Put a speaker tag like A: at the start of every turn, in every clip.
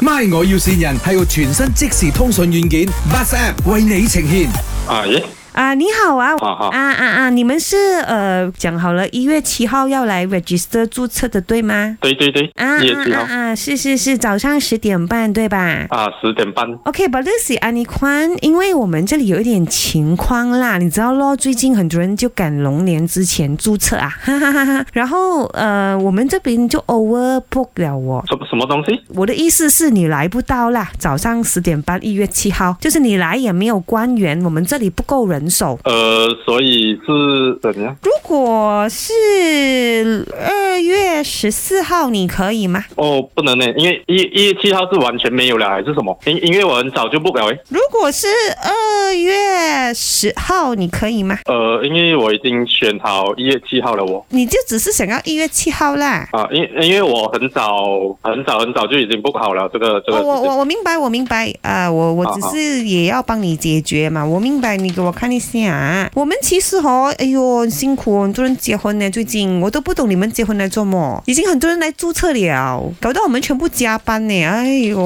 A: My 我要線人係個全新即時通訊軟件 Bus App 為你呈現。
B: 啊耶！
C: 啊，你好啊，
B: 好好
C: 啊啊啊，你们是呃讲好了一月七号要来 register 注册的，对吗？
B: 对对对，
C: 啊
B: 一月七
C: 啊
B: 号
C: 啊啊，是是是，早上十点半，对吧？
B: 啊，十点半。
C: OK，把 Lucy 安妮宽，因为我们这里有一点情况啦，你知道咯，最近很多人就赶龙年之前注册啊， 哈哈哈哈。然后呃，我们这边就 overbook 了哦。
B: 什么什么东西？
C: 我的意思是你来不到啦，早上十点半，一月七号，就是你来也没有官员，我们这里不够人手。
B: 呃，所以是怎样？
C: 如果是二月十四号，你可以吗？
B: 哦，不能呢，因为一一月七号是完全没有了，还是什么？因因为我很早就 book 了诶。
C: 如果是二月十号，你可以吗？
B: 呃，因为我已经选好一月七号了我。
C: 你就只是想要一月七号啦。
B: 啊，因因为我很早很早很早就已经 book 好了这个这个
C: 哦，
B: 事
C: 我
B: 情。
C: 我我明白，我明白，呃，我我
B: 好
C: 只
B: 好
C: 是也要帮你解决嘛，我明白，你给我看一下啊。我们其实哦，哎呦，很辛苦哦，很多人结婚呢，最近我都不懂你们结婚来做么，已经很多人来注册了，搞到我们全部加班呢，哎呦，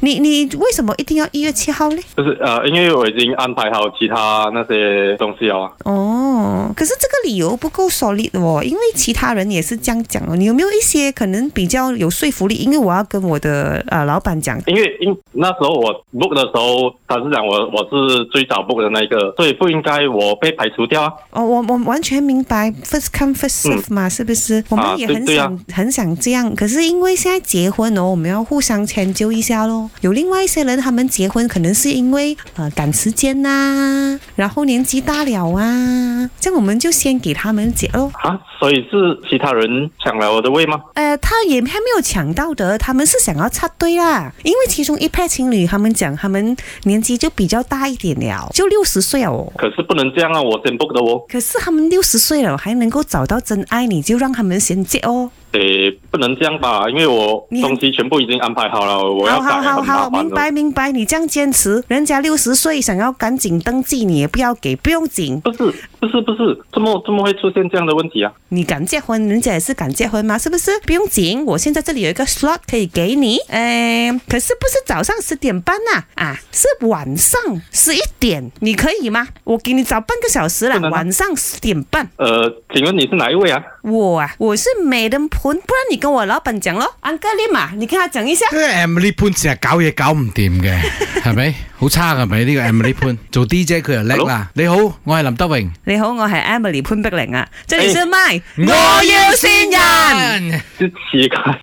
C: 你你为什么一定要一月七号呢？
B: 就是呃，因为我已经安排好其他那些东西了啊。
C: 哦，可是这个理由不够 solid 哦，因为其他人也是这样讲哦。你有没有一些可能比较有说服力？因为我要跟我的呃老板讲。
B: 因为因那时候我 book 的时候，他是讲我我是最早 book 的那一个，所以不应该我被排除掉啊。
C: 哦，我我完全明白 first come first serve 嘛，是不是？我们也
B: 对
C: 很
B: 嗯对啊
C: 想、很想这样，可是因为现在结婚哦，我们要互相迁就一下咯。有另外一些人，他们结婚可能是因为呃赶时间呐、然后年纪大了啊，这样我们就先给他们结咯。
B: 啊，所以是其他人抢了我的位吗？
C: 呃，他也还没有抢到的，他们是想要插队啦。因为其中一派情侣，他们讲他们年纪就比较大一点了，就六十岁了哦。
B: 可是不能这样啊，我先 book 的哦，
C: 可是他们六十岁了，还能够找到真爱，你就让他们先接哦。
B: 诶，不能这样吧，因为我
C: 你
B: 东西全部已经安排好了，我要
C: 好
B: 改
C: 好好
B: 很麻
C: 好，
B: 烦
C: 明
B: 的。
C: 白明白，你这样坚持，人家六十岁想要赶紧登记，你也不要给，不用紧，
B: 不是不是不是，怎么怎么会出现这样的问题啊？
C: 你敢结婚，人家也是敢结婚嘛，是不是？不用紧，我现在这里有一个 slot 可以给你，嗯、可是不是早上十点半呐、啊？是晚上十一点，你可以吗？我给你早半个小时啦
B: 不能，啊
C: 晚上十点半。
B: 呃，请问你是哪一位啊？
C: 我啊，我是美人盆，不然你跟我老板讲咯，安格丽嘛，你跟他讲一下。
D: 因為 Emily 潘成日搞嘢搞唔掂嘅， 係咪？好差㗎係咪？呢、個 Emily 潘做 DJ 佢又叻啦。你好，我係林德榮。
C: 你好，我系 Emily 潘碧玲啊，这里是
B: 哎
C: 麦，我要先人。
D: 人。
B: 是乞 丐。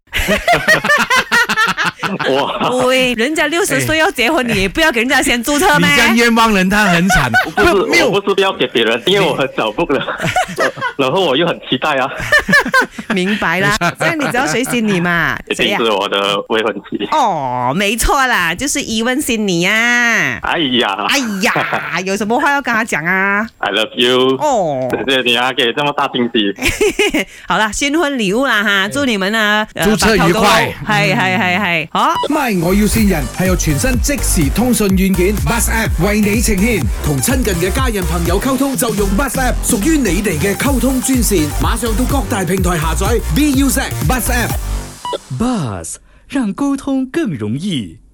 B: 哇，
C: 喂，人家六十岁要结婚，你也不要给人家先注册
D: 你
C: 咩？
D: 这样冤枉人，他很慘。
B: 不是，
D: 没有
B: 我不是要给别人，因为我很早 book 了，呃 然后我又很期待啊，
C: 明 白啦，这样你知道谁是你嘛？
B: 一
C: 谁
B: 定
C: 呀、
B: 是我的未婚妻。
C: 哦，没错啦，就是疑问心你呀、 啊。
B: 哎呀
C: 哎呀，有什么话要跟他讲啊？
B: ，I love you，
C: 哦，
B: 谢谢你啊，给这么大惊喜。
C: 好啦，新婚礼物啦哈，祝你们啊，呃
D: 注册愉快
C: 白头到老系系系系，好。
A: My 我要線人係個全新即時通訊軟件 Bus App 為你呈現，同親近嘅家人朋友溝通就用 Bus App，屬於你哋嘅溝通專線。馬上到各大平台下載 BUZ Bus App。
E: Buzz 让沟通更容易。